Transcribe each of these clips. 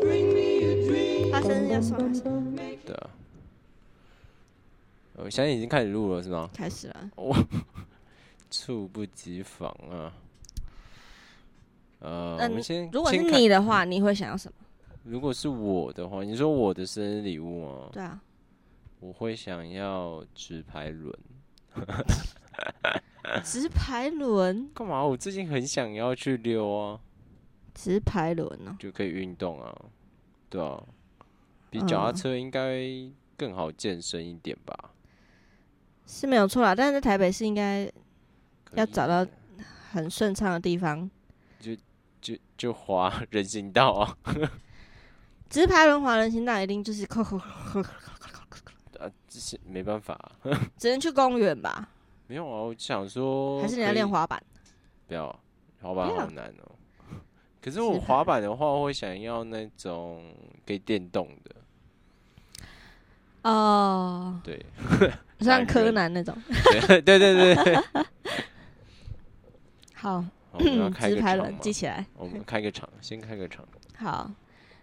bring me a dream. 他生日要送他什么？对啊。我现在已经开始录了，是吗？开始了，我猝不及防啊。呃，我们先嗯如果是先看你的话，你会想要什么？如果是我的话，你说我的生日礼物吗？对啊，我会想要直排轮。直排轮，干嘛？我最近很想要去溜啊，直排轮哦呢、就可以运动啊，对啊，比脚踏嗯车应该更好健身一点吧？是没有错啦，但是在台北市应该可要以找到很顺畅的地方。就就滑人行道啊，直排轮滑人行道一定就是扣扣，啊，这些没办法啊、只能去公园吧？没有啊，我想说还是你要可以练滑啊板？不要，滑板不要好难哦、可是直我排滑板的话，会想要那种可以电动的，哦，对，像男柯人南那种。对对对对。好，好我们要开直个嗯排场轮嘛记起来。我们开个场，先开个场。好，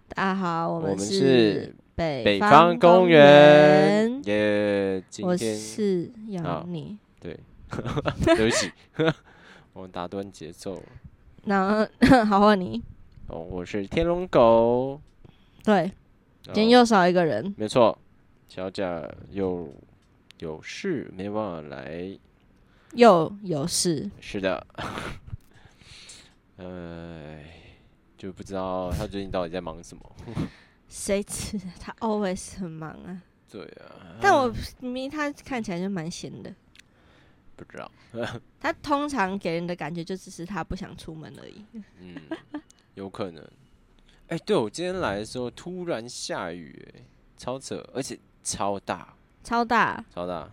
大家好，我我们是是北北方公园园，耶！今我天是好杨你，对， 对不起，我们打断节奏了。然后 好换你，哦，我是天龙狗。对，今今天又少一个人，没错，小贾又有事没办法来。又有事，是的，呃，就不知道他最近到底在忙什么。谁知他 always 很忙啊？对啊，但我明明他看起来就蛮闲的，不知道。他通常给人的感觉就只是他不想出门而已。嗯，有可能。哎、对我今天来的时候突然下雨、哎，超扯，而且超大，超大，超大。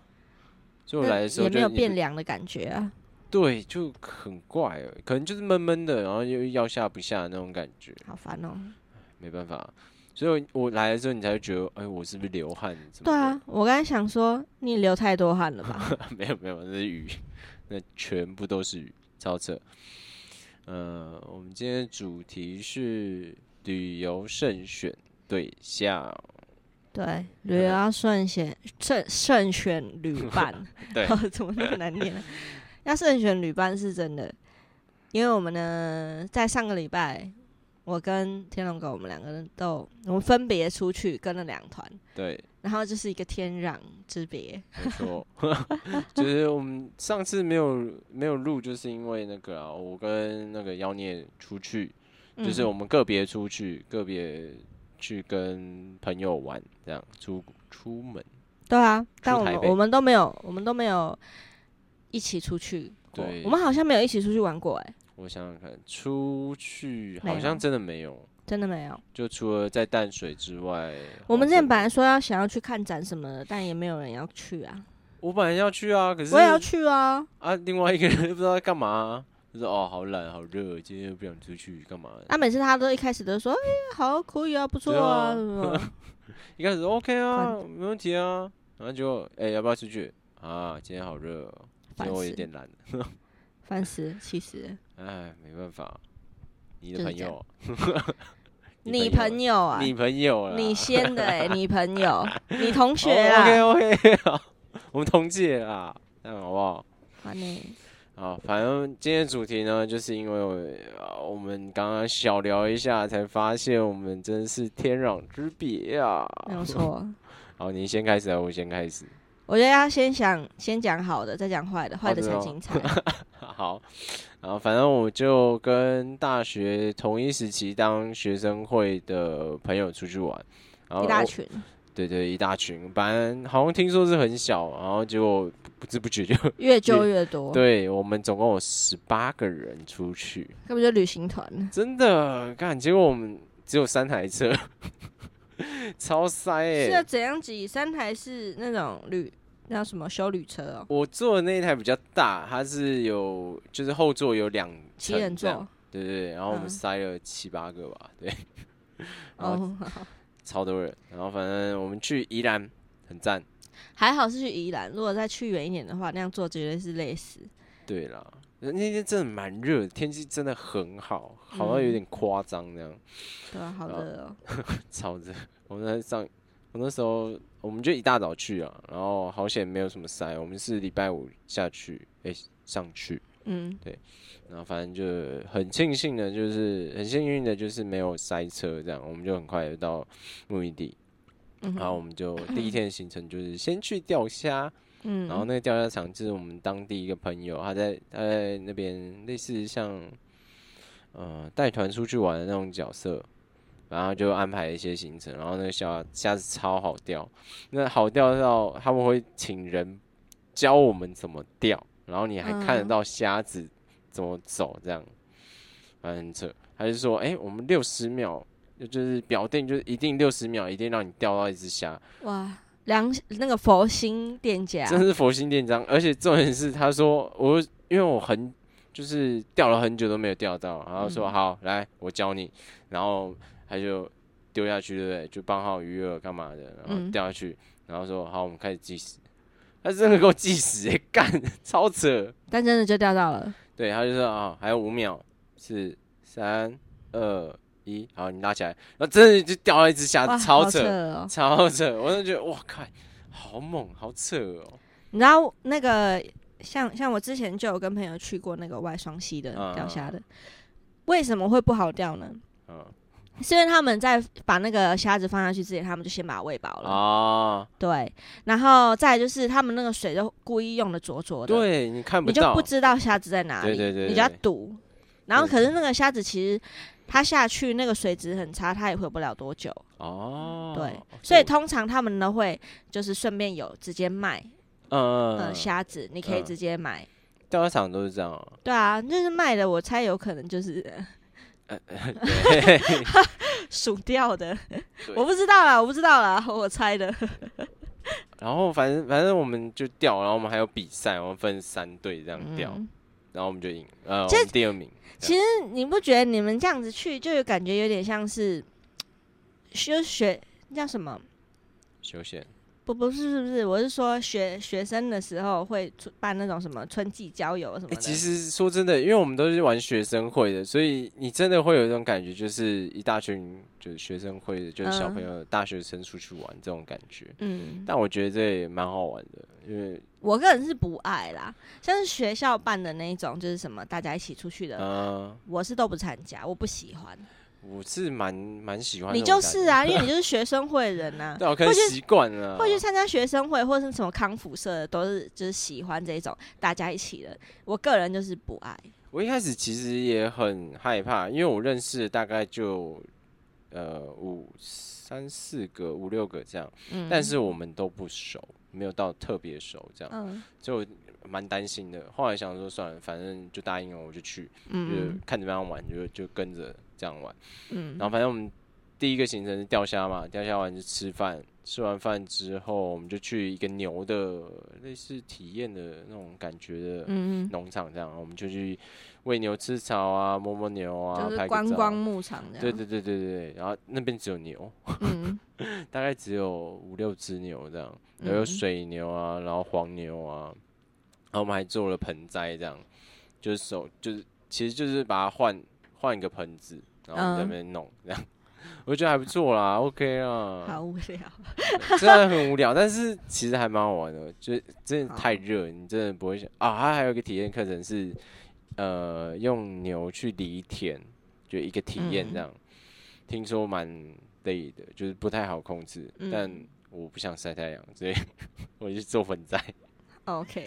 所以我来那的时候也就没有你变不，凉的感觉啊。对，就很怪、哎可能就是闷闷的，然后又要下不下那种感觉，好烦哦！没办法。所以我来的时候，你才会觉得，哎、我是不是流汗？怎么对的啊，，我刚才想说你流太多汗了吧？ 没有没有，那是雨，那全部都是雨，超扯。呃，我们今天的主题是旅游慎选对象。对，旅嗯游要慎选慎慎选旅伴， 对怎么那么难念啊？ 要慎选旅伴是真的，因为我们呢，在上个礼拜，我跟天龙哥我们两个人都我们分别出去跟了两团，对，然后就是一个天壤之别，没错， 就是我们上次没有没有录，就是因为那个啊，我跟那个妖孽出去，就是嗯我们个别出去，个别去跟朋友玩，这样出出门。对啊，但我台们北我们都没有，我们都没有一起出去过，对我们好像没有一起出去玩过、欸，哎，我想想看，出去没好像有真的没有，真的没有。就除了在淡水之外，我们之前好像真的本来说要想要去看展什么的，但也没有人要去啊。我本来要去啊，可是我也要去啊，啊，另外一个人不知道在干嘛啊、就说哦，好懒，好热，今天又不想出去，干嘛？那、每次他都一开始都说，哎、好可以啊，不错啊，对啊什么 一开始 OK 啊，关没问题啊，然后结果哎、要不要出去啊？今天好热哦，今烦天我有死点懒，烦死，气死。哎，没办法，你的就是朋这样友，你朋友友啊， 你朋友啦，你先的哎、你朋 友，你同学啊， o k OK，好，哦 我们同届啦，这样好不好？好你啊，反正今天的主题呢，就是因为我、啊、我们刚刚小聊一下，才发现我们真是天壤之别啊。没有错。好，你先开始啊，我先开始。 我觉得要先想，先讲好的，再讲坏的，坏的真才的哦精 彩。好，然后反正我就跟大学同一时期当学生会的朋友出去玩，然后一大哦我群，对对一大群，反正好像听说是很小，然后结果不不知不觉就越揪越多， 对我们总共有十八个人出去，根本就旅行团。真的，看结果我们只有三台车， 超塞哎、是要啊怎样挤？三台是那种旅，那叫什么修旅车哦，我坐的那一台比较大，它是有就是后座有两七人层这样座。对对，对，然后我嗯们塞了七八个吧，对， 然后哦，好超多人，然后反正我们去宜兰很赞，还好是去宜兰，如果再去远一点的话，那样做绝对是累死。对啦，那天真的蛮热的，天气真的很好，好到有嗯点夸张这样，对啊，好然后热哦。超热。我们在上，我那时候我们就一大早去啊，然后好险没有什么塞，我们是礼拜五下去，哎、上去，嗯，然后反正就很庆幸的，就是很幸运的，就是没有塞车，这样我们就很快就到目的地。嗯哼然后我们就第一天的行程就是先去钓虾，嗯，然后那个钓虾场就是我们当地一个朋友，他在他在那边类似像呃带团出去玩的那种角色，然后就安排一些行程，然后那个虾虾子超好钓，那好钓到他们会请人教我们怎么钓，然后你还看得嗯到虾子怎么走这样，反正很扯。他就说，哎、我们六十秒。就是表定，就是一定六十秒，一定让你钓到一只虾。哇，良那个佛心店家，啊真是佛心店长，而且重点是，他说我因为我很就是钓了很久都没有钓到，然后说、嗯好来我教你，然后他就丢下去，对不对？就帮好鱼饵干嘛的，然后嗯掉下去，然后说好我们开始计时，他真的给我计时、 欸，干超扯，但真的就钓到了。对，他就说啊还有五秒，是三二一，好你拉起来，然后真的就钓到一只虾，哇，啊超好扯，哦！超扯，我就觉得哇靠，好猛，好扯哦，你知道那个像像我之前就有跟朋友去过那个外双溪的嗯钓虾的，为什么会不好钓呢？嗯是因为他们在把那个虾子放下去之前，他们就先把它喂饱了，啊。对，然后再来就是他们那个水就故意用的灼灼的，对你看你不就到，不知道虾子在哪里，对对对你就要对赌。然后对可是那个虾子其实它下去那个水质很差，它也回不了多久，哦，对哦，所以对通常他们都会就是顺便有直接卖，嗯呃，嗯虾子你可以嗯直接买，钓虾场都是这样哦，对啊，就是卖的，我猜有可能就是呃 数掉的，对我不知道啦，我不知道啦，我猜的，然后反正反正我们就钓，然后我们还有比赛，我们分三队这样钓，嗯然后我们就赢，呃，我这们第二名，其实你不觉得你们这样子去，就有感觉有点像是，就学叫什么？休闲不，不是，不是，我是说学学生的时候会出办那种什么春季郊游什么哎、的。其实说真的，因为我们都是玩学生会的，所以你真的会有一种感觉，就是一大群就是学生会的，就是小朋嗯友、大学生出去玩这种感觉。嗯，但我觉得这也蛮好玩的，因为我个人是不爱啦，像是学校办的那一种，就是什么大家一起出去的，呃，我是都不参加，我不喜欢。我是蛮蛮喜欢你这就种感是觉， 啊，因为你就是学生会的人呐、对啊，我可能会去习惯了啊，会去参加学生会或是什么康复社的，都是就是喜欢这种大家一起的。我个人就是不爱。我一开始其实也很害怕，因为我认识的大概就呃五三四个、五六个这样，嗯，但是我们都不熟，没有到特别熟这样，嗯就蛮担心的。后来想说算了，反正就答应了，我就去，就嗯看怎么样玩，就就跟着这样玩。嗯，然后反正我们第一个行程是钓虾嘛，钓虾完就吃饭，吃完饭之后我们就去一个牛的类似体验的那种感觉的，嗯嗯，农场这样，我们就去喂牛吃草啊，摸摸牛啊，就是拍个观照光。牧场这样。对对对对对，然后那边只有牛，嗯大概只有五六只牛这样，然后有嗯水牛啊，然后黄牛啊，然后我们还做了盆栽这样，就是手就是其实就是把它换换一个盆子，然后我们在那嗯边弄这样， 我觉得还不错啦，OK 啊啦。好无聊。 虽然很无聊，但是其实还蛮好玩的。就是真的好太热，你真的不会想啊。它还有一个体验课程是，呃，用牛去犁田，就一个体验这嗯样。听说蛮累的，就是不太好控制。 但嗯我不想晒太阳，所以我就做盆栽。 OK，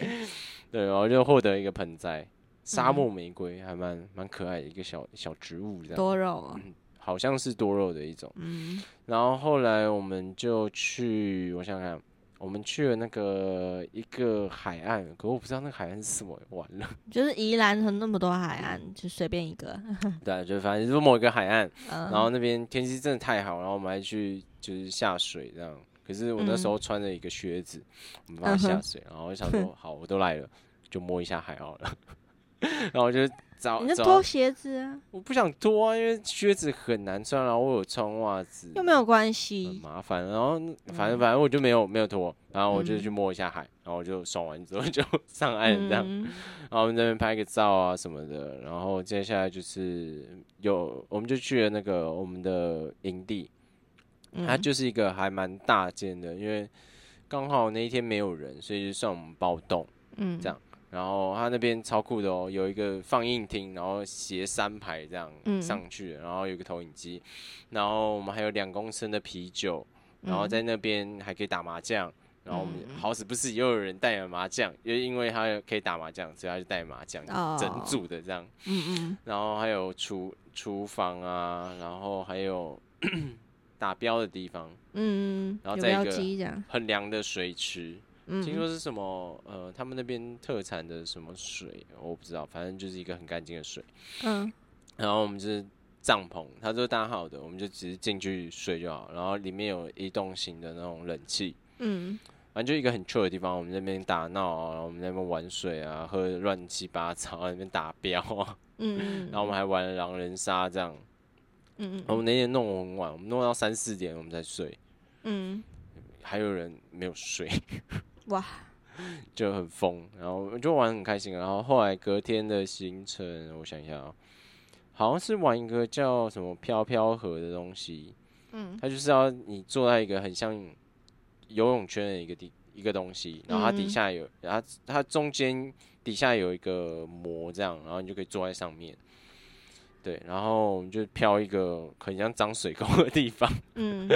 对，然后就获得一个盆栽，沙嗯漠玫瑰，还蛮蛮可爱的一个小小植物这样。多肉哦。好像是多肉的一种。嗯然后后来我们就去，我想想看，我们去了那个一个海岸，可我不知道那个海岸是什么，完 了。就是宜兰和那么多海岸，就随便一 个。对啊，就反正就是某一个海岸，嗯，然后那边天气真的太好，然后我们还去就是下水这样。可是我那时候穿着一个靴子，我们帮他嗯下哼水，然后我就想说， 好，我都来了，就摸一下海好了。 然后我就找你就找脱，鞋子啊，我不想脱啊，因为靴子很难穿，然后我有穿袜子，又没有关很系。麻烦。然后反正反正我就没有没有脱，然后我就嗯去摸一下海，然后我就爽完之后就 上岸这样。嗯，然后我们在那边拍个照啊什么的，然后接下来就是有我们就去了那个我们的营地，它嗯就是一个还蛮大间的，因为刚好那一天没有人，所以就算我们暴动。嗯这样然后它那边超酷的哦，有一个放映厅，然后斜三排这样嗯上去，然后有一个投影机，然后我们还有两公升的啤酒，然后嗯在那边还可以打麻将。然后我们嗯好死不死又有人带了麻将，因为因为他可以打麻将，所以他就带麻将，哦整组的这样。嗯然后还有厨厨房啊，然后还有 打标的地方，嗯嗯，然后有再一标个记这样。很凉的水池。嗯，听说是什么？呃，他们那边特产的什么水，我不知道，反正就是一个很干净的水。嗯然后我们就是帐篷，它都搭好的，我们就只是进去睡就好。然后里面有移动型的那种冷气，嗯反正就一个很 chill 的地方。我们在那边打闹啊，然后我们在那边玩水啊，喝得乱七八糟，在那边打标啊， 嗯，然后我们还玩狼人杀这样。嗯我们那天弄很晚，我们弄到三四点我们才睡，嗯还有人没有睡， 哇，就很疯，然后就玩得很开心。啊然后后来隔天的行程，我想一下、啊，好像是玩一个叫什么飘飘河的东西，嗯它就是要你坐在一个很像游泳圈的一个地一个东西，然后它底嗯下有，然后它它中间底下有一个膜这样，然后你就可以坐在上面。对，然后我们就飘一个很像脏水沟的地方，嗯，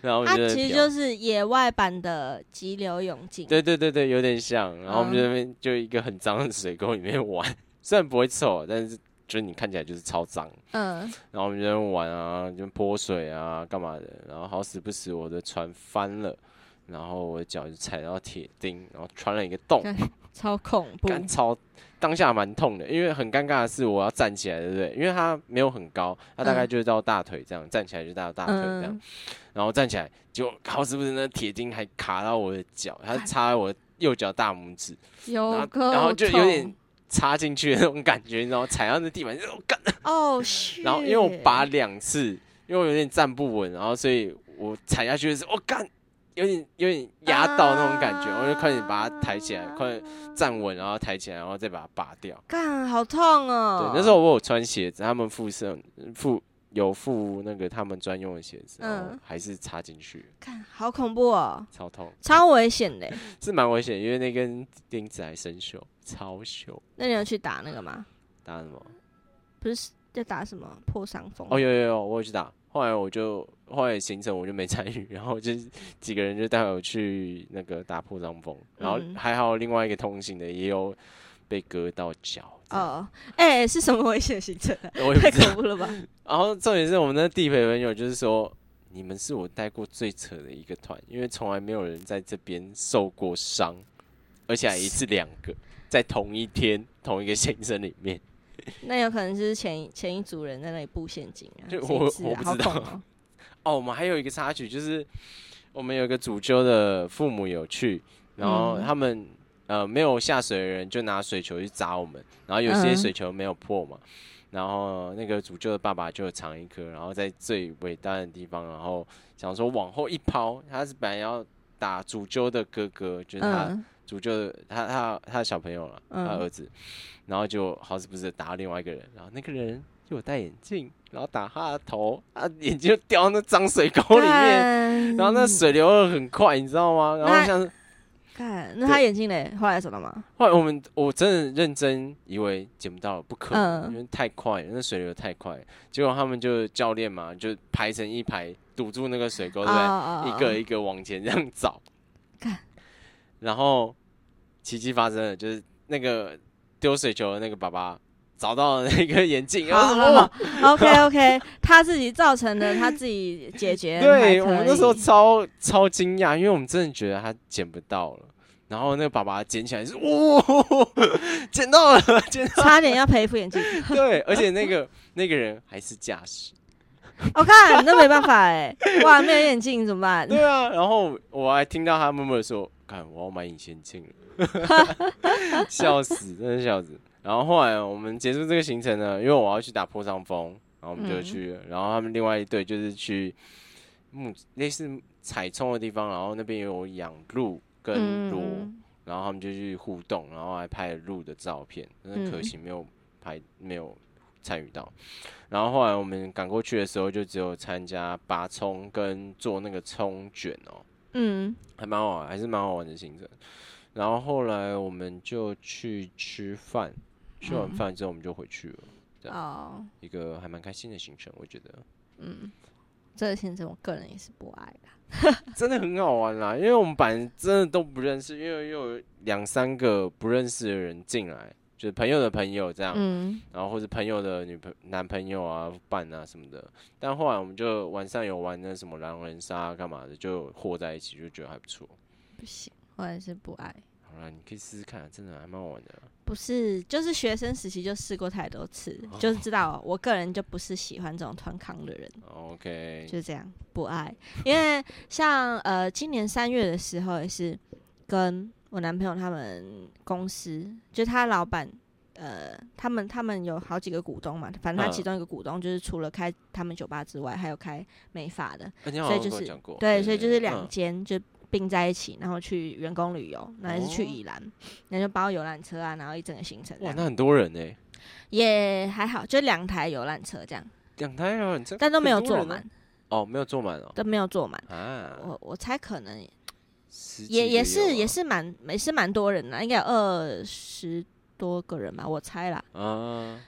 然后我们它就在其实飘就是野外版的急流勇进。对对对对，有点像。然后我们就嗯在那边就一个很脏的水沟里面玩，虽然不会臭，但是就是你看起来就是超脏。嗯，然后我们就在那边玩啊，就泼水啊，干嘛的。然后好死不死我的船翻了，然后我的脚就踩到铁钉，然后穿了一个洞，超恐怖。干超当下蛮痛的，因为很尴尬的是我要站起来，对不对？因为它没有很高，它大概嗯就是到大腿这样，站起来就到大腿这样嗯。然后站起来，结果好死不死那铁钉还卡到我的脚，它插在我的右脚大拇指，然有后个然后就有 点插进去的那种感觉，你知道吗，踩到那地板就干。哦，然后因为我拔 shit 两次，因为我有点站不稳，然后所以我踩下去的时候，我、干，有点有点压到那种感觉，我就快点把它抬起来，快啊点站稳，然后抬起来，然后再把它拔掉。干好痛哦。对，那时候我有穿鞋子，他们附上附有附那个他们专用的鞋子，然后嗯还是插进去，看好恐怖哦，超痛，超危险的欸。是蛮危险，因为那根钉子还生锈，超锈。那你有去打那个吗？打什么？不是在打什么破伤风？哦，有有有，我有去打。后来我就后来行程我就没参与，然后就是几个人就带我去那个打破伤风，然后嗯还好另外一个同行的也有被割到脚。哦，哦，哎、是什么危险行程、啊？我也太 恐怖不知道。了吧！然后重点是我们那地陪朋友就是说，你们是我带过最扯的一个团，因为从来没有人在这边受过伤，而且还一次两个，在同一天同一个行程里面。那有可能是前一前一组人在那里布陷阱啊，就谁 我知我啊不好知道恐 哦哦，我们还有一个插曲，就是我们有一个主修的父母有去，然后嗯他们、呃没有下水的人就拿水球去砸我们，然后有些嗯水球没有破嘛，然后那个主教的爸爸就有藏一颗，然后在最尾端的地方，然后想说往后一抛，他是本来要打主教的哥哥，就是他、嗯主教的他他他的小朋友了，嗯他儿子，然后就好死不死地打到另外一个人，然后那个人又有戴眼镜，然后打他的头，他眼睛就掉到那脏水沟里面，面然后那水流得很快，你知道吗？然后那像看那他眼镜嘞，后来怎么了吗？后来我们我真的认真以为捡不到了，不可能，嗯因为太快了，那水流太快了，结果他们就教练嘛，就排成一排堵住那个水沟，对不对？哦一个一个往前这样 找干，然后奇迹发生了，就是那个丢水球的那个爸爸找到了那个眼镜，然好后什哦么好好 OK OK，他自己造成的，他自己解决。 对还我可们那时候以超超惊讶，因为我们真的觉得他捡不到了。然后那个爸爸捡起来是，哇、 捡到了，捡到了。差点要赔副眼镜。对，而且那个那个人还是驾驶。我看哦那没办法哎、哇，没有眼镜怎么办？对啊，然后我还听到他默默地说：“看，我要买隐形镜了。” 笑死，真的笑死。然后后来我们结束这个行程呢，因为我要去打破伤风，然后我们就嗯去了，然后他们另外一队就是去木类似彩冲的地方，然后那边有养鹿跟螺，嗯，然后他们就去互动，然后还拍了鹿的照片，但是可嗯惜没有拍，没有参与到。然后后来我们赶过去的时候，就只有参加拔葱跟做那个葱卷哦，嗯，还蛮好玩，还是蛮好玩的行程。然后后来我们就去吃饭，吃完嗯饭之后我们就回去了，对哦，一个还蛮开心的行程，我觉得嗯，这个行程我个人也是不爱的。真的很好玩啦。因为我们本来真的都不认识，因为又有两三个不认识的人进来，就是朋友的朋友这样。嗯，然后或是朋友的女朋男朋友啊、伴啊什么的。但后来我们就晚上有玩那什么狼人杀啊干嘛的，就和在一起，就觉得还不错。不行，我也是不爱。好啦，你可以试试看，真的还蛮好玩的啊。不是，就是学生时期就试过太多次，就是知道我个人就不是喜欢这种团康的人， OK，就是这样不爱。因为像呃，今年三月的时候也是跟我男朋友他们公司，就他老板。呃，他们他们有好几个股东嘛，反正他嗯其中一个股东就是除了开他们酒吧之外，还有开美发的，啊、你好所以像就跟我是讲过，对，所以就是两嗯间就并在一起，然后去员工旅游，那也是去哦宜兰，那、就包游览车啊，然后一整个行程这哇，样那很多人欸呢、也还好，就两台游览车这样，两台啊，你这但都没有很多坐人啊满，哦，没有坐满哦都没有坐满。啊，我我猜可能十几也个也有是也啊是蛮也是蛮多人的，应该有二十多个人吧，我猜啦。啊，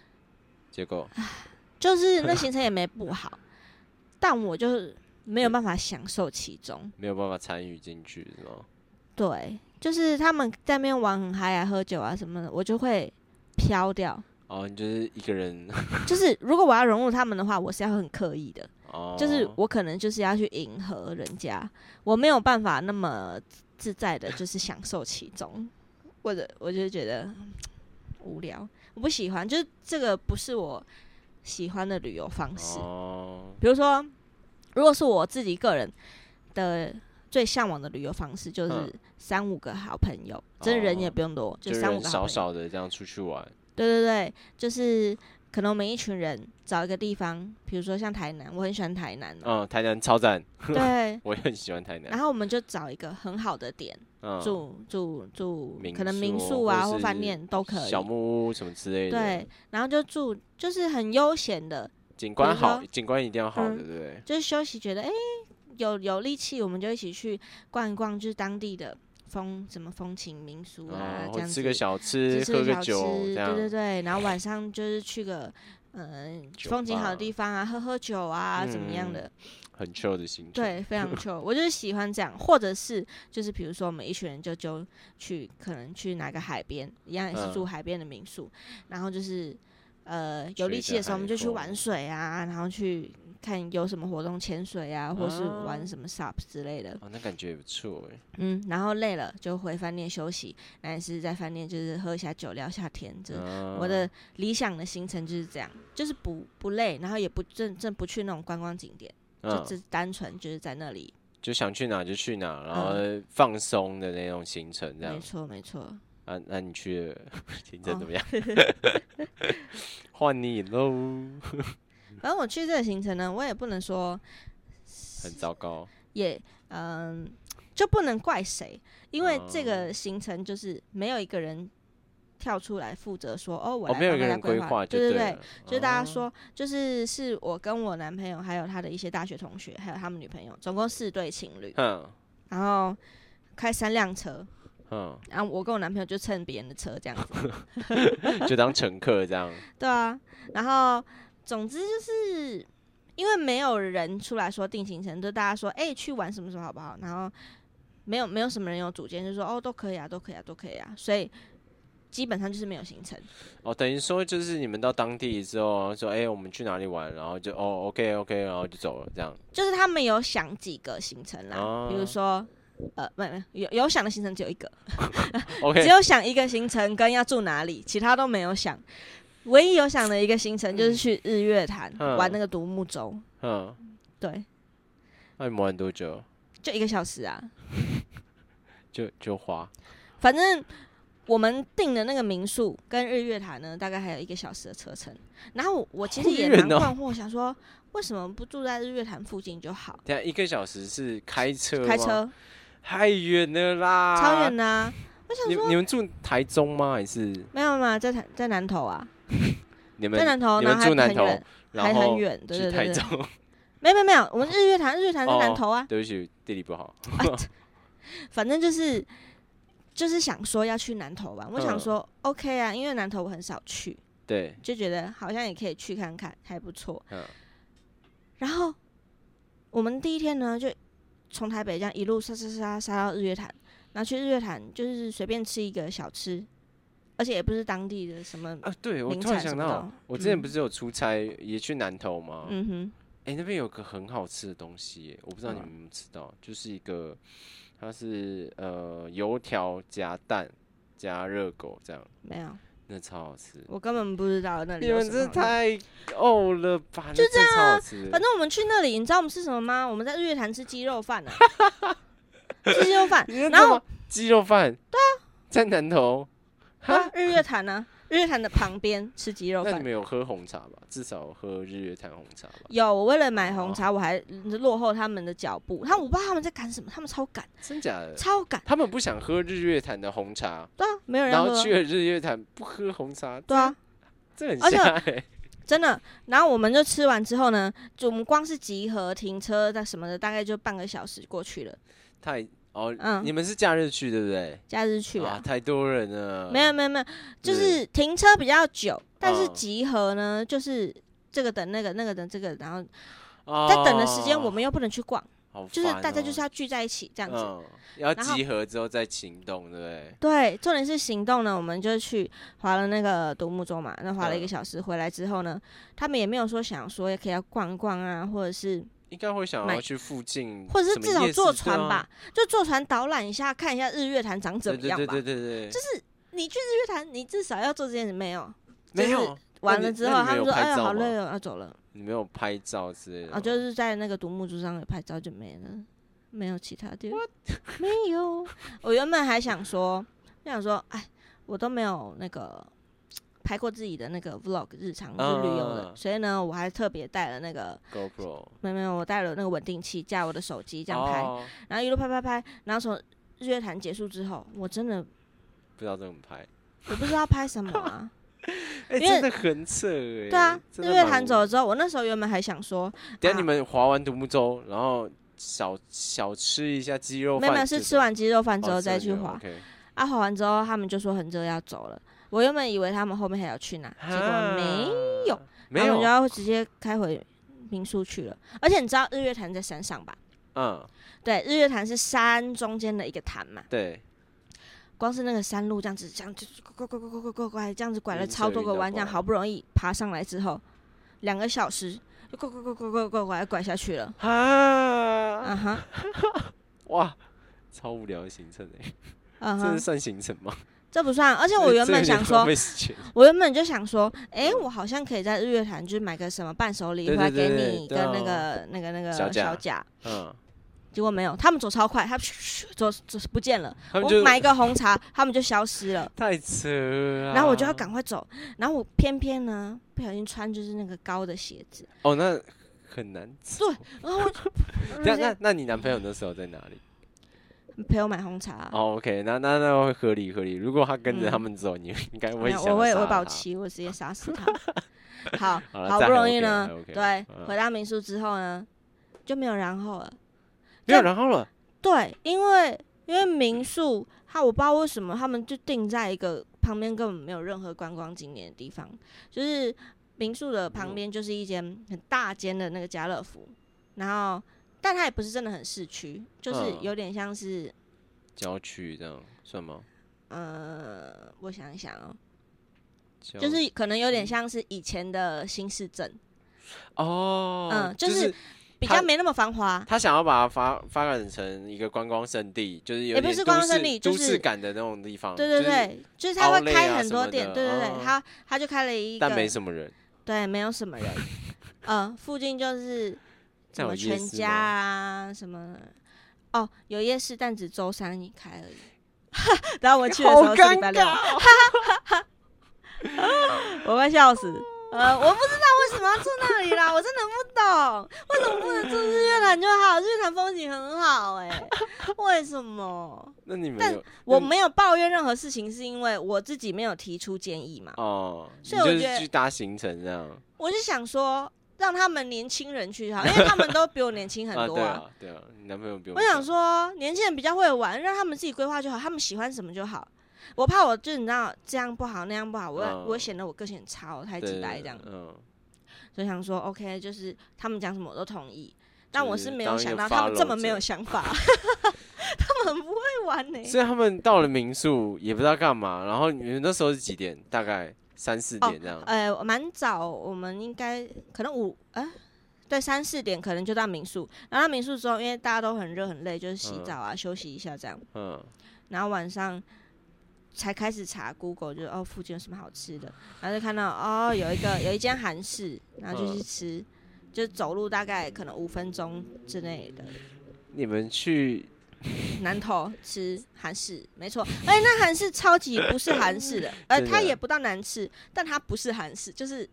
结果就是那行程也没不好，但我就是没有嗯办法享受其中。没有办法参与进去是吗？对，就是他们在那边玩很嗨啊，喝酒啊什么的，我就会飘掉。哦，你就是一个 人就是如果我要融入他们的话，我是要很刻意的，哦，就是我可能就是要去迎合人家，我没有办法那么自在的，就是享受其中， 或者我就觉得嗯无聊，我不喜欢，就是这个不是我喜欢的旅游方式。哦，比如说，如果是我自己个人的最向往的旅游方式，就是嗯三五个好朋友，真的人也哦不用多，就就三五人个好朋友。少少的这样出去玩，对对对，就是可能我们一群人找一个地方，比如说像台南，我很喜欢台南哦、嗯，台南超赞， 对。我也很喜欢台然南。后我们就找一个很好的点嗯，住住住民，可能民宿宿或啊或是饭店都可以小。木屋什么之类的，对，，然后就住就是很悠闲的，景观比如说好，景观一定要好的，嗯对不对？就是休息，觉得哎、诶有有力气，我们就一起去逛一逛，就是当地的风什么风情民俗啊嗯，这或样子。吃个小吃就，是喝小个吃，酒，这对样对对，然后晚上就是去个嗯、酒风景好吧的地方啊，喝喝酒啊，怎么样嗯的，很 chill 的行程。，对，非常 chill。我就是喜欢这样，或者是就是比如说我们一群人就就去可能去哪个海边，一样也是住嗯海边的民宿，然后就是呃有吹力着气的时候我们海就去风玩水啊，然后去看有什么活动，潜水啊，或是啊玩什么 SUP 之类的。哦，那感觉也不错哎。嗯，然后累了就回饭店休息，那也是在饭店就是喝一下酒聊一下天，这我我的理想的行程就是这样，就是不不累，然后也不正正不去那种观光景点，就只单纯就是在那里。嗯就想去哪就去哪，然后放松的那种行程这嗯没样。错，没错。啊，那你去的行程哦 怎么样？ 换你喽，反正我去这个行程呢，我也不能说很糟糕。也嗯，就不能怪谁，因为这哦个行程就是没有一个人跳出来负责说哦，我哦，来没有帮一大个家人规划划，就对对对对了，。就是大家哦说，就是是我跟我男朋友，还有他的一些大学同学，还有他们女朋友，总共四对情侣，嗯然后开三辆车，嗯，然后我跟我男朋友就蹭别人的车这样 子，就当乘客这样。对啊，然后总之就是因为没有人出来说定行程，就大家说哎、去玩什么什么好不好，然后没有没有什么人有主见，就说哦都可以啊都可以啊都可以啊，所以基本上就是没有行程。哦，等于说就是你们到当地之后说，哎、我们去哪里玩，然后就哦，OK OK，然后就走了这样。就是他们有想几个行程啦，哦比如说，呃，没没有有想的行程只有一个，只 OK，有想一个行程跟要住哪里，其他都没有想。唯一有想的一个行程就是去日月潭、嗯玩那个独木舟，嗯，对，那你们玩多久？就一个小时啊。就就花反正我们订的那个民宿跟日月潭呢，大概还有一个小时的车程。然后我我其实好也远蛮哦困惑，想说为什么不住在日月潭附近就好？等一下一个小时是开车，开，车太远了啦，超远的、啊，你你们住台中吗？还是没有嘛，在台在南投啊，你们在南投，你然们后还住南很投远，还很然后远，对去对台对对，中？ 哦没有没有没有，我们日月潭日月潭在南投啊，对不起，地理不好。反正就是就是想说要去南投玩，我想嗯说 OK 啊，因为南投我很少去，对，就觉得好像也可以去看看，还不错。嗯然后我们第一天呢，就从台北这样一路杀杀杀杀到日月潭，然后去日月潭就是随便吃一个小吃，而且也不是当地的什么，啊，对我名突然产想什么到的，我之前嗯不是有出差也去南投吗？嗯哼，哎、那边有个很好吃的东西耶，我不知道你嗯们有没有吃到，就是一个，它是呃油条夹蛋加热狗这样，没有，那超好吃。我根本不知道那里你有们什么这好吃。太哦了吧？就这样啊，反正我们去那里，你知道我们吃什么吗？我们在日月潭吃鸡肉饭啊， 吃鸡肉饭，你知然道后吗鸡肉饭，对啊， 在南投，啊哈，日月潭呢、日月潭的旁边吃鸡肉那你饭。们有喝红茶吧？至少喝日月潭红茶吧？哦有，我为了买红茶，我还落后他们的脚步。他我不知道他们在赶什么，他们超赶，真假的？超赶。他们不想喝日月潭的红茶，对啊，没有人然要后喝去。了日月潭不喝红茶，对啊，这很而且瞎哎。真的。然后我们就吃完之后呢，就我们光是集合、停车的什么的，大概就半个小时过去了。太哦，嗯你们是假日去对不对？假日去啊，啊，太多人了。没有没有没有，就是是停车比较久，但是嗯集合呢，就是这个等那个，那个等这个，然后哦，在等的时间我们又不能去逛，好就是烦大家哦就是要聚在一起这样子。嗯，要然后集合之后再行动，对不对？对，重点是行动呢，我们就去划了那个独木舟嘛，那划了一嗯个小时，回来之后呢，他们也没有说想说也可以要逛一逛啊，或者是应该会想买要去附近，或者是什么至少夜市坐船对啊吧，就坐船导览一下，看一下日月潭长怎对么对样吧。对对对对，就是你去日月潭，你至少要做这件事没有？没就是有。完那了你之那后，你他们们有说：“哎拍呀，照好累吗哦，要走了。你没有拍照之类”的吗，啊，就是在那个独木舟上面拍照就没了，没有其他地方， 没有。我原本还想说，就想说，哎，我都没有那个拍过自己的那个 vlog 日常就是旅游的，嗯所以呢，我还特别带了那个， GoPro 没有没有，我带了那个稳定器架我的手机这样拍，哦然后一路拍拍拍，然后从日月潭结束之后，我真的不知道怎么拍，我不知道拍什么 啊。哎，因为真的很扯哎。对啊，真日的月蛮潭无走了之后，我那时候原本还想说，等下啊你们划完独木舟，然后小小吃一下鸡肉没饭有就走，没有，是吃完鸡肉饭之哦后吃完再鸡去肉滑。 ，OK 啊，滑完之后他们就说很热要走了。我原本以为他们后面还要去哪，结果没，有啊，没他们就有，要直接开回民宿去了。而且你知道日月潭在山上吧？嗯，对，日月潭是山中间的一个潭嘛，对，光是那个山路这样子，这样子拐拐拐拐拐拐拐，这样子拐了晕车超多晕个到弯，这样爆好不容易爬上来之后，两个小时就拐拐拐拐拐拐拐拐下去了。啊，啊哈，哇，超无聊的行程哎，啊这哈是，算行程吗？这不算。而且我这原这本有点想浪说，费时间我原本就想说，诶，我好像可以在日月潭就是买个什么伴手礼嗯对回来对给对你，对跟那啊个那个那个小甲小甲。嗯，结果没有，他们走超快，他们咻咻走走不见了。他们我就买一个红茶，他们就消失了。太扯了，然后我就要，赶快走，然后我偏偏呢不小心穿就是那个高的鞋子，哦，那很难走。然后我就我就那那这那你男朋友那时候在哪里？陪我买红茶。啊哦，OK，那那那会合理合理。如果他跟着嗯他们走，你应该没会有想我会杀我会爆他。气，我直 接杀死他。好，好了好这不还容易 OK，呢还 OK，对嗯，回到民宿之后呢，就没有然后了。没有这然后了，对，因为因为民宿，它我不知道为什么他们就定在一个旁边根本没有任何观光景点的地方，就是民宿的嗯旁边就是一间很大间的那个家乐福，然后但它也不是真的很市区，就是嗯有点像是郊区这样算吗？呃，我想一想哦，就就是可能有嗯点像是以前的新市镇，哦，嗯就就是比较它没那么繁华。他想要把它发发展成一个观光胜地，就是有也不点是都观光市胜地就都市是感的那种地方。对对哦就是，对，就是他会 outlet 开啊很什多么店，的对对对哦，他他就开了一个，但没什么人。对，没有什 么人，呃，附近就是这什样么有夜全市家吗啊，什么哦，有夜市，但只周三一开而已。 然后我去的时好候是礼尴哦拜六， 我快笑死。呃，我不知道为什么要住那里啦，我真的不懂，为什么不能住日月潭就好？日月潭风景很好哎、为什么？那你但们有我嗯没有抱怨任何事情，是因为我自己没有提出建议嘛。哦，你所以我就觉是得去搭行程这样我就想说，让他们年轻人去就好，因为他们都比我年轻很啊？多对啊，对啊，你男朋友比我我们想小，说，年轻人比较会玩，让他们自己规划就好，他们喜欢什么就好。我怕我就你知道这样不好那样不好，我、嗯我显得我个性很差，我太对直对白对这样，嗯，所以想说 OK，就是他们讲什么我都同意。但就我是是没有当一想个到他们 follow 这么没者有想 法，他们很不会玩呢、所以他们到了民宿也不知道干嘛，然后你们那时候是几点？大概三四哦点这样。呃，蛮早，我们应该可能五哎、对，三四点可能就到民宿。然后到民宿之后，因为大家都很热很累，就是洗嗯澡啊、休息一下这样。嗯，然后晚上才开始查 Google，就是哦附近有什么好吃的，然后就看到哦有一个有一间韩式，然后就去嗯吃，就走路大概可能五分钟之内的你们去南头吃韩式，没错，哎、那韩式超级不是韩式的，呃，真的啊它也不到难吃，但它不是韩式，就是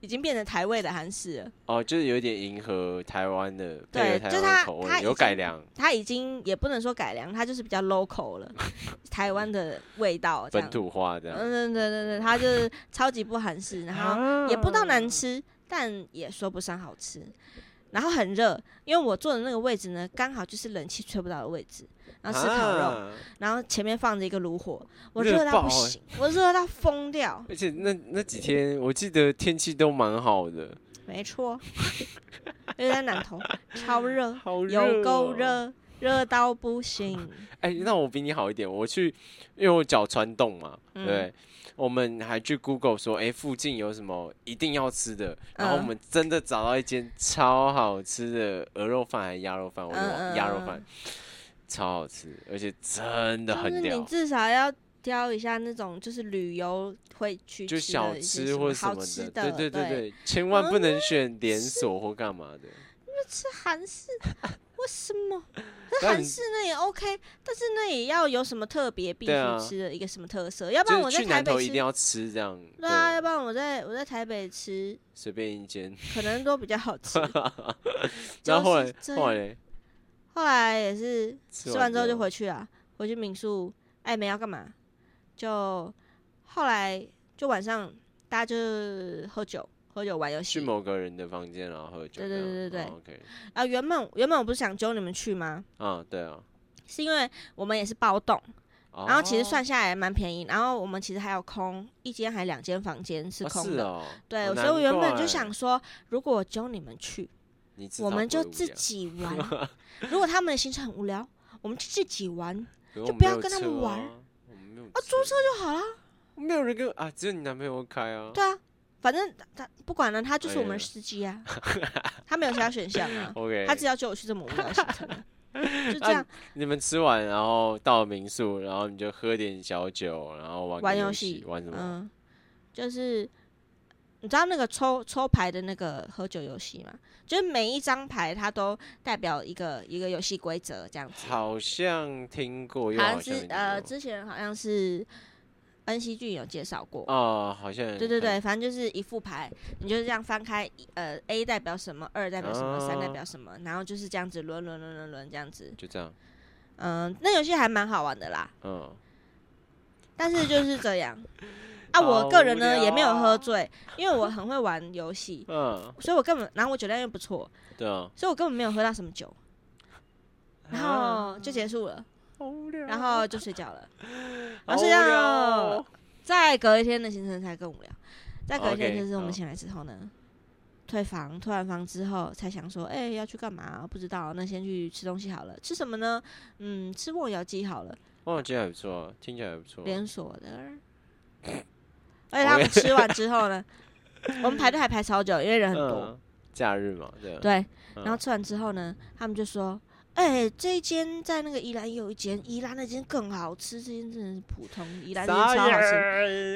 已经变成台味的韩式了，哦，就是有一点迎合台湾的，对配合台就是湾他的口他味，已有改经良，它已经也不能说改良，它就是比较 local 了，台湾的味道这本样。土化这样。嗯，对对对对，它就是超级不韩式，然后啊也不到嗯难吃，但也说不上好吃。然后很热，因为我坐的那个位置呢，刚好就是冷气吹不到的位置，然后吃烤肉，啊然后前面放着一个炉火，我热热到不爆欸行，我热到疯掉，而且那那几天，我记得天气都蛮好的，没错， 因为在南投超热，好有够哦。热，热到不 行。哎、那我比你好一点，我去，因为我脚穿洞嘛，嗯对，我们还去 Google 说，哎、附近有什么一定要吃的，然后我嗯们真的找到一间超好吃的鹅肉饭还是鸭肉饭，我就嗯嗯鸭肉嗯饭超好吃，而且真的就是很你屌。至少要挑一下那种就是旅游会去就吃的小一些吃或么者什好么吃的，的，对对对对对，千万不嗯能选连锁或干嘛的。吃韩 式，为什么？那那韩你式那也 OK，但是那也要有什么特别必须对啊吃的一个什么特色，要不然就我是在去台南北头一吃，定要吃这样，对啊，要不然我在我在台北吃，随便一间。可能都比较好吃。 然后就后是来这后样来后来也是吃吃完之后就后回去啊，回去民宿，哎，没要干嘛，就后来就晚上大家就喝酒。喝酒玩游戏去某个人的房间，然后喝酒对这样。对对对对哦，OK，啊，原本原本我不是想揪你们去吗？啊，对啊。是因为我们也是包栋，然后其实哦算下来蛮便宜，然后我们其实还有空一间还两间房间是啊空是的，哦，对，哦所以我原本难就怪想说，如果我揪你们去，你至我少们不就会无自聊， 己玩；如果他们的行程很无聊，我们就自己玩就就不要跟他们玩啊。我们没有啊，租车就好啦。就没有人跟啊，只有你男朋友会开啊。对啊，反正他他不管了，他就是我们哎的呀司机啊， 他没有其他选项 啊， OK，他只要揪我去这么无聊的行程啊，就那这样你们吃完，然后到民宿，然后你就喝点小酒，然后玩玩玩游戏戏，，玩什么？嗯，就是你知道那个抽抽牌的那个喝酒游戏吗？就是每一张牌它都代表一个一个游戏规则这样子。好啊像听过，又好像像没是听呃，过之前好像是恩熙俊有介绍过。哦，好像对对看对，反正就是一副牌，你就是这样翻开，一呃，A 代表什么，二代表什么，三、代哦表什么，然后就是这样子轮轮轮轮轮这样子。就这样，嗯、那游戏还蛮好玩的啦，嗯，但是就是这 样。啊，我好个人无呢也没有聊喝啊醉，因为我很会玩游戏，嗯，所以我根本，然后我酒量又不错，对啊，所以我根本没有喝到什么酒，然啊后就结束了，好无聊然后就睡觉 了，好然后无睡聊觉哦，再隔一天的行程才更无聊，再隔一天 OK，就是我们好醒来之后呢，退房，退完房之后才想说，哎，要去干嘛？不知道，那先去吃东西好了，吃什么呢？嗯，吃瓮窑鸡好了，哦，觉得还不错啊，听起来还不错。连锁的。 而且他们吃完之后呢，我们排队还排超久，因为人很多。嗯，假日嘛，对啊。对，嗯然后吃完之后呢，他们就说：“哎、这一间在那个宜兰有一间，宜兰那间更好吃，这间真的是普通，宜兰那傻间超好吃。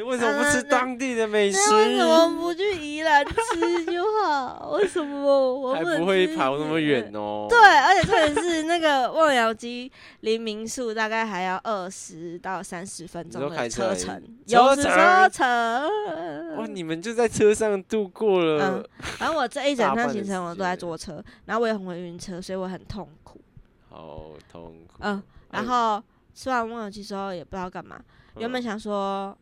眼，为什么不啊吃那当地的美食？那为什么不去宜兰吃就好？为什么我还能不会吃跑那么宜远兰？哦。对，而且特别是那个望洋鸡离民宿大概还要二十到三十分你钟说开的车还车是程，车有时候程程。哇，你们就在车上度过了，反正我这一整大半趟的行程时我都在间坐车，然后我也很会晕车，所以我很痛苦。好痛苦。哎嗯，然后吃完望远镜之后也不知道干嘛，原本嗯想说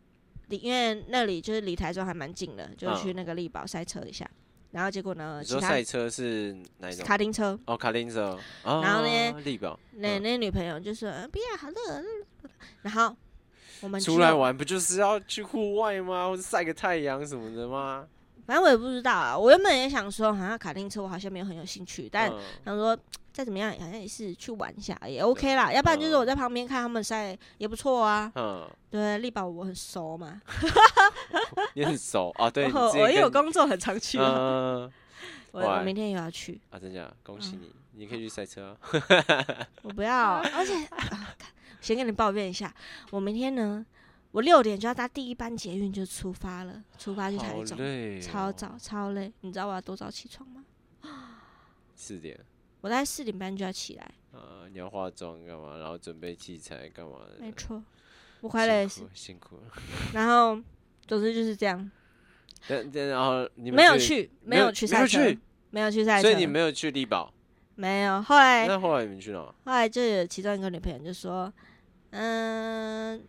离，因为那里就是离台中还蛮近的，就嗯去那个力宝赛车一下。然后结果呢，你其说他赛车是哪一种？卡丁车，哦，卡丁车。然后呢啊，力宝那嗯那女朋友就说呃不要好热，然后我们出就来，玩不就是要去户外吗？或者晒个太阳什么的吗？反正我也不知道啊。我原本也想说，好像卡丁车我好像没有很有兴趣，但嗯想说再怎么样好像也是去玩一下也 OK 啦，要不然就是我在旁边看他们赛也不错啊。嗯，对，力宝我很熟嘛，你很熟啊？对，你我之前我因为我跟工作很常去嘛。嗯我哇我明天也要去，啊，真假？恭嗯喜你，你可以去赛车啊。我不要，而且、啊看先跟你抱怨一下，我明天呢，我六点就要搭第一班捷运就出发了，出发去台好中，累哦，超早超累，你知道我要多早起床吗？四点。我大概四点半就要起来，啊，你要化妆干嘛？然后准备器材干嘛的？没辛错，不快乐也苦是，呃辛苦了。然后总之就是这样，但但然后你们没有，去，没有有去没赛车有去，没有去赛车，所以你没有去力宝。没有，后来那后来你们去哪？后来就有其中一个女朋友就说，嗯，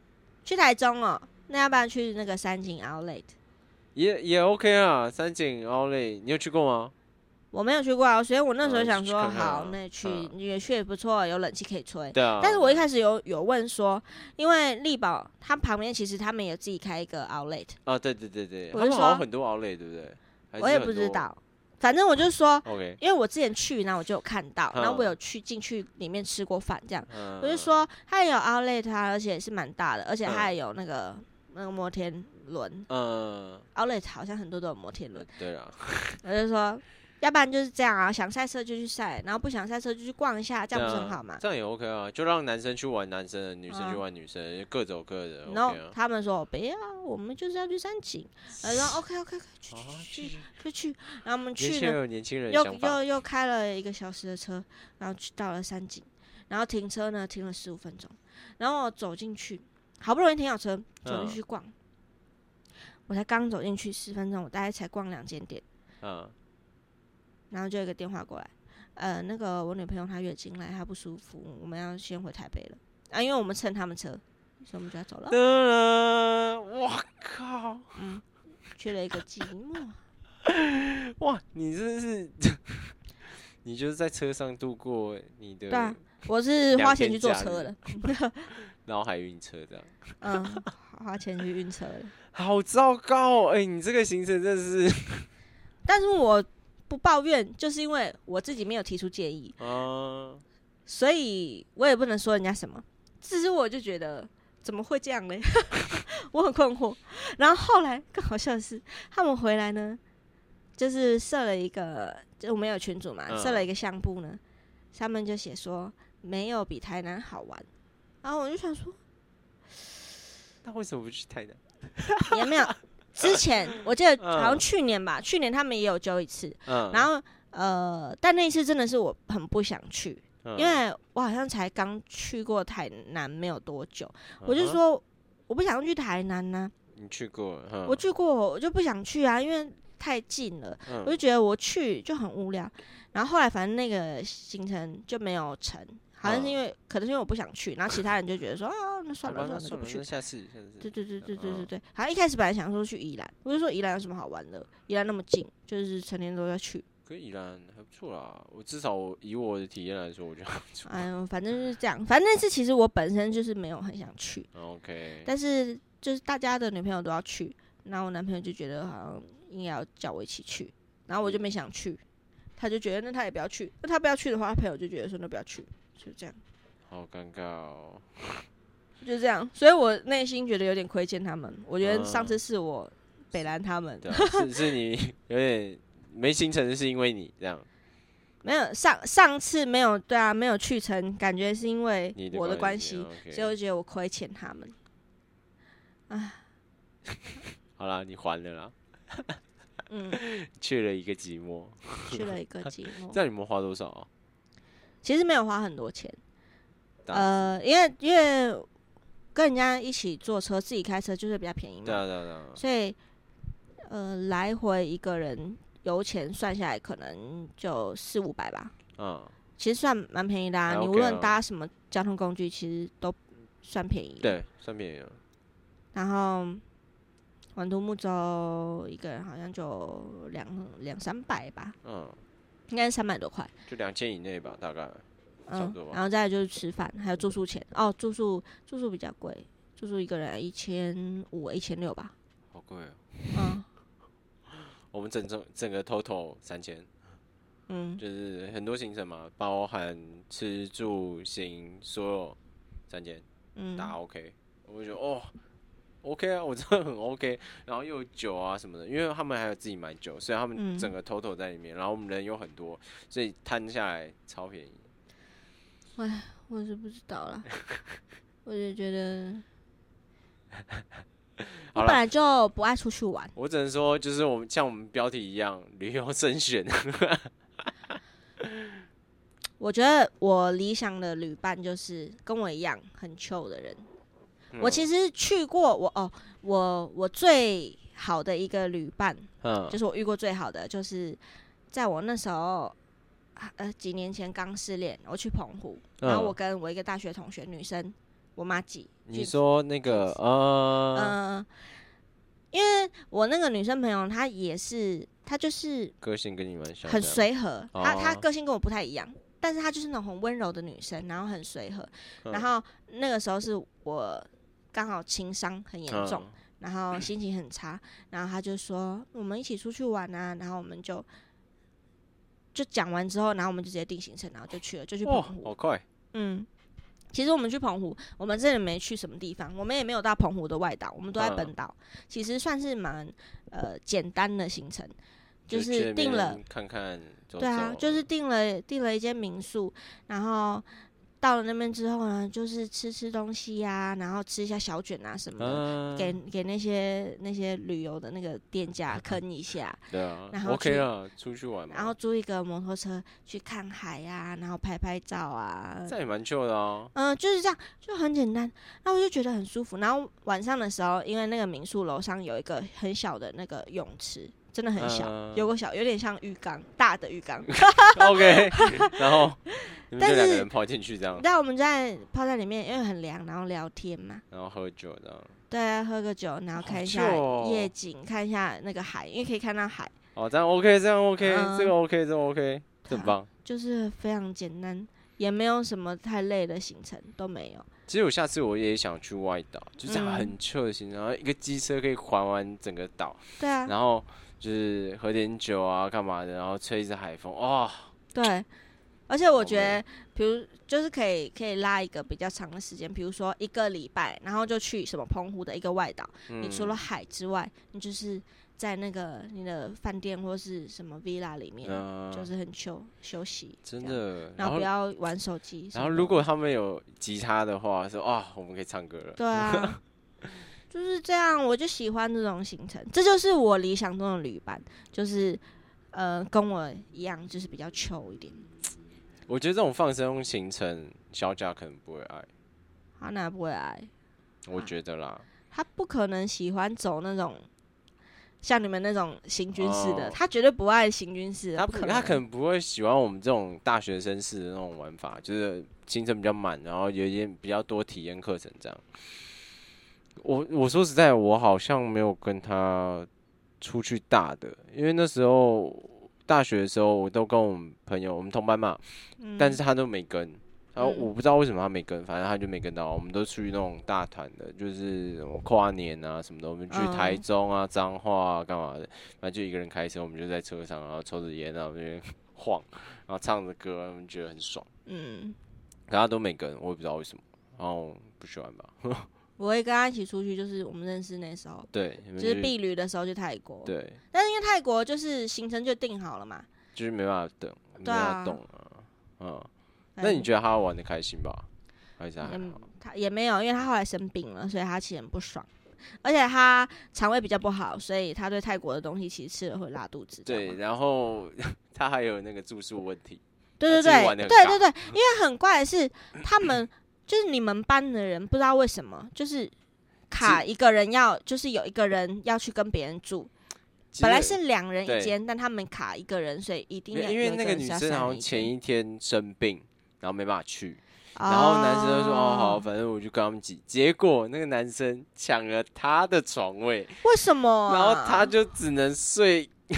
去台中哦，那要不然去那个三井 Outlet。也也 OK 啊，三井奥莱，你有去过吗？我没有去过啊，所以我那时候嗯想去说，看看啊好，那去嗯也去也不错，有冷气可以吹。对啊。但是我一开始有有问说，因为力宝它旁边其实他们有自己开一个 outlet，啊，对对对对，我他就们好像说很多奥莱，对不对？还我是也很不知多。道，反正我就说， OK，因为我之前去，然后我就有看到，嗯然后我有去进去里面吃过饭，这样嗯，我就说它也有 outlet 啊，而且是蛮大的，而且嗯它也有那个那个摩天轮嗯， outlet，好像很多都有摩天 轮呃，对啊，我就说。要不然就是这样啊，想赛车就去赛，然后不想赛车就去逛一下， 这样不是很好吗？这样也 OK 啊，就让男生去玩男生的，女生去嗯玩女生的，各走各的然后，OK 啊。他们说不要，我们就是要去山景。 呃然后 OK OK OK，去啊去去去去。然后我们年去轻人呢，有年轻人的又想法嗯又又开了一个小时的车，然后去到了山景，然后停车呢停了十五分钟，然后我走进去，好不容易停好车，走嗯进去逛。我才刚走进去十分钟，我大概才逛两间店，啊，哦然后就有一个电话过来，呃，那个我女朋友她月经来，她不舒服，我们要先回台北了啊，因为我们蹭他们车，所以我们就要走了噔。噔，我靠，嗯，缺了一个寂寞。哇，你真的是， 你就是在车上度过你对啊的 我是两花钱去天坐假车日的， 脑海晕车，这样嗯，花钱去晕车的。好糟糕哦！哎，你这个行程 真的是但是我不抱怨，就是因为我自己没有提出建议，啊，所以我也不能说人家什么。只是我就觉得怎么会这样嘞？ 我很困惑。然后后来更好笑的是，他们回来呢，就是设了一个，就我们有群组嘛，嗯设了一个相簿呢，上面就写说没有比台南好玩。然后我就想说，那为什么不去台南？也 没有。之 前我记得嗯好像去年吧，去年他们也有揪一次，嗯，然后呃，但那一次真的是我很不想去，嗯因为我好像才刚去过台南没有多久，我就嗯哼说我不想去台南呢、你去过了，嗯我去过我就不想去啊，因为太近了，嗯我就觉得我去就很无聊。然后后来反正那个行程就没有成，好像是嗯因为可能是因为我不想去，然后其他人就觉得说啊，那算好吧了算那了就算不了，去那。下次下次对对对对对嗯对对，好像一开始本来想说去宜兰，我就说宜兰有什么好玩的？宜兰那么近，就是成天都要去。可以啦，还不错啦。我至少我以我的体验来说，我觉得还不错。哎呦，反正就是这样。反正那次其实我本身就是没有很想去， OK，但是就是大家的女朋友都要去，然后我男朋友就觉得好像应该要叫我一起去，然后我就嗯没想去，他就觉得那他也不要去，那他不要去的话，他朋友就觉得说那不要去，就这样。好尴尬哦。就这样。所以我内心觉得有点亏欠他们。我觉得嗯上次是我北兰他们，对啊，是是你有点没行程，是因为你这样，没有上上次没有对啊，没有去成，感觉是因为你我的关系啊系， OK 所以我觉得我亏欠他们。好啦，你还了啦， 嗯，去了一个寂寞，去了一个寂这寞，样你们花多少啊？其实没有花很多钱，大致呃，因为因为跟人家一起坐车，自己开车就是比较便宜对嘛，啊对啊对啊，所以呃来回一个人油钱算下来可能就四五百吧，嗯，其实算蛮便宜的啊。还你 OK 无论啊搭什么交通工具，其实都算便宜。。对，算便宜了，然后玩独木舟一个人好像就两两三百吧，嗯，应该是三百多块。就两千以内吧，大概。差嗯不多吧，然后再来就是吃饭，还有住宿钱。哦，住宿住宿比较贵，住宿一个人一千五、一千六吧。好贵哦！嗯我们整整整个 total 三千，嗯，就是很多行程嘛，包含吃住行所有三千，嗯打 OK，、我就觉得哦，OK 啊，我真的很 OK。然后又有酒啊什么的，因为他们还有自己买酒，所以他们嗯整个 total 在里面。然后我们人又很多，所以摊下来超便宜。我是不知道 啦，我就觉得我好本了，来就不爱出去玩。我只能说，就是我们像我们标题一样，旅游 慎选。我觉得我理想的旅伴就是跟我一样很 chill 的人。我其实实去过我哦，我我最好的一个旅伴，嗯就是我遇过最好的，就是在我那时候啊呃几年前刚失恋，我去澎湖，然后嗯我跟我一个大学同学女生，我妈几，你俊子说那个呃，嗯，因为我那个女生朋友她也是，她就是个性跟你蛮像的，很随和，她她哦个性跟我不太一样，但是她就是那种很温柔的女生，然后很随和，嗯，然后那个时候是我刚好情伤很严重，嗯然后心情很差，然后他就说我们一起出去玩啊，然后我们就就讲完之后，然后我们就直接定行程，然后就去了，就去澎哇，湖。好快，嗯，其实我们去澎湖，我们这里没去什么地方，我们也没有到澎湖的外岛，我们都在嗯本岛，其实算是蛮呃简单的行程，就去是那定了边看看，走对啊，走就是订了订了一间民宿，然后到了那边之后呢，就是吃吃东西呀、然后吃一下小卷啊什么的，嗯，给给那些那些旅游的那个店家坑一下，对啊然后，OK 去了，出去玩嘛，然后租一个摩托车去看海呀、然后拍拍照啊，这也蛮旧的哦，嗯、就是这样，就很简单。那我就觉得很舒服。然后晚上的时候，因为那个民宿楼上有一个很小的那个泳池，真的很小，嗯有个小有点像浴缸，大的浴缸， OK，然后你们但就两个是人跑进去这样， 但我们在泡在里面，因为很凉，然后聊天嘛，然后喝酒这样。对，啊喝个酒，然后好看一下秀哦夜景，看一下那个海，因为可以看到海，哦，这样 OK，这样 OK，、嗯这个 OK，这个 OK，这对很啊棒。就是非常简单，也没有什么太累的行程都没有。其实我下次我也想去外岛，就这样嗯很 chill 的行程，然后一个机车可以环完整个岛，对啊，然后就是喝点酒啊，干嘛的，然后吹着海风，哦，对，而且我觉累得，比如就是可以可以拉一个比较长的时间，比如说一个礼拜，然后就去什么澎湖的一个外岛，你除嗯了海之外，你就是在那个你的饭店或是什么 villa 里面，嗯就是很休休息，真这样，的，然后不要玩手机什然么的。后如果他们有吉他的话，说啊，我们可以唱歌了。对啊， 就是这样，我就喜欢这种行程，这就是我理想中的旅伴，就是呃跟我一样，就是比较秋一点。我觉得这种放松行程，小贾可能不会爱，他拿不会来，我啊觉得啦。他不可能喜欢走那种像你们那种行军式的，哦他绝对不爱行军式的，他不可能。他可能不会喜欢我们这种大学生式的那种玩法，就是行程比较满，然后有一点比较多体验课程这样。我我说实在，我好像没有跟他出去大的，因为那时候大学的时候，我都跟我们朋友，我们同班嘛，嗯，但是他都没跟。然后嗯我不知道为什么他没跟，反正他就没跟到。我们都去那种大团的，就是什么跨年啊什么的，我们去嗯台中啊、彰化啊干嘛的，反正就一个人开车，我们就在车上，然后抽着烟啊，我们就晃，然后唱着歌，我们觉得很爽。嗯，可他都没跟，我也不知道为什么。然后不喜欢吧？ 我会跟他一起出去，就是我们认识那时候，对，你就们是避旅的时候去泰国。，对，但是因为泰国就是行程就定好了嘛。就是没办法等，没对办啊法动啊。嗯，那你觉得他玩的开心吧？还是还嗯好？他也没有，因为他后来生病了，所以他其实很不爽，而且他肠胃比较不好，所以他对泰国的东西其实吃了会拉肚子。对，知道吗然后 他还有那个住宿问题，对对他自己玩对得很对尬对对，因为很怪的是，他们就是你们班的人，不知道为什么就是卡一个人要，就是有一个人要去跟别人住，其本来实是两人对一间，但他们卡一个人，所以一定没有要因有为一那个人女是要生三好人像一前间，一天生病，然后没办法去，哦然后男生就说：“哦，好，反正我就跟他们挤。”结果那个男生抢了她的床位，为什么啊、然后她就只能睡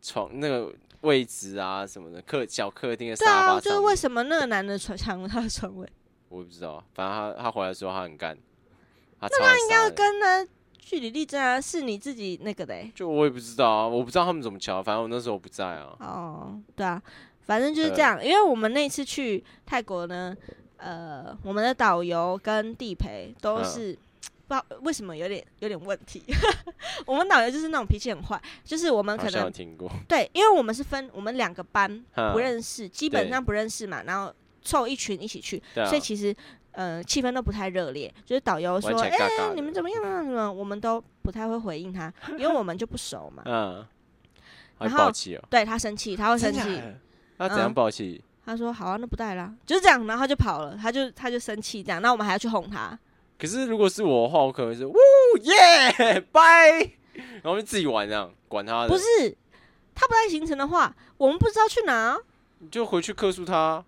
床那个位置啊什么的，客小客厅的沙对啊，发就是上为面。什么那个男的床抢了他的床位？我不知道，反正她她回来的时候她很干，她那他应要跟呢据理力争啊，是你自己那个的欸、就我也不知道啊，我不知道他们怎么瞧，反正我那时候不在啊。哦，对啊，反正就是这对样。因为我们那次去泰国呢，呃，我们的导游跟地陪都嗯是、不知道为什么有点有点问题。 我们导游就是那种脾气很坏，就是我们好可像有能听过，对，因为我们是分我们两个班不不 认识，基本上不认识嘛，然后凑一群一起去，嗯对啊所以其实呃气氛都不太热烈。就是导游完说：“全哎、尬尬的你们怎么样啊？什么？”我们都不太会回应 他，因为我们就不熟嘛。嗯，还然后暴气哦，对他生气，他会生气。啊他嗯怎样暴气？他说好啊，那不带啦，就是这样，然后他就跑了，他就他就生气这样，那我们还要去哄他，可是如果是我的话，我可能会是呜耶拜，然后就自己玩这样，管他的，不是他不带行程的话，我们不知道去哪，哦就回去克诉他。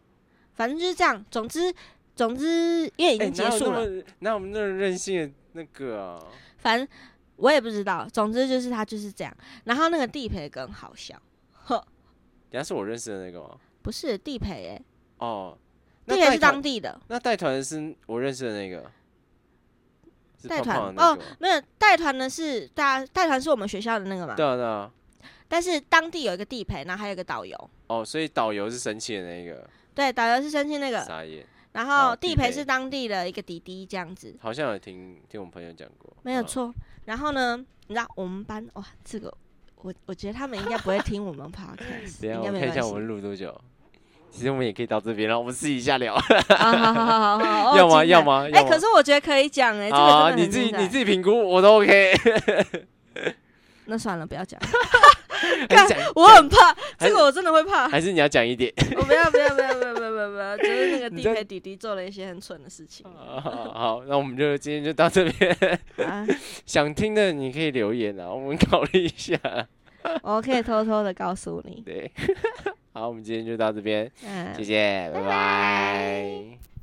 反正就是这样，总之总之因为已哎，经结哪有束了，那么哪有那么任性的那个啊？反正我也不知道，总之就是他就是这样，然后那个地陪更好笑，呵，人家是我认识的那个吗？不是地陪哎、哦，那地陪带是团啊当地的，那带团的是我认识的那个，是带胖胖团哦的那个吗没有带团的是大带团是我们学校的那个嘛对，啊对啊，但是当地有一个地陪，然后还有一个导游，哦，所以导游是生气的那个，对，导游是生气那个，傻眼，然哦后地地陪陪嗯是当地的一个弟弟这样子。好像有听听我们朋友讲过，没有嗯，错。然后呢，你知道我们班哇，这个我我觉得他们应该不会听我们 podcast， 等一下应该我没看一关下我系。 们录多久，其实我们也可以到这边了，我们私底下聊，啊，好好好好好，哦 要精吗彩要吗哎，要吗可是我觉得可以讲哎，这啊，个你真自的己你很精自彩。己评估，我都 OK。 那算了，不要讲，还 是讲我很怕 这还是个，我真的会怕。还是你要讲 一点？我不要不要不要不要不要不要不要，就是那个你地在陪弟弟做了一些很蠢的事情好，那我们就今天就到这边。 啊，想听的你可以留言啊，我们考虑一下。我可以偷偷的告诉 你，对，好，我们今天就到这边，嗯谢。谢，拜拜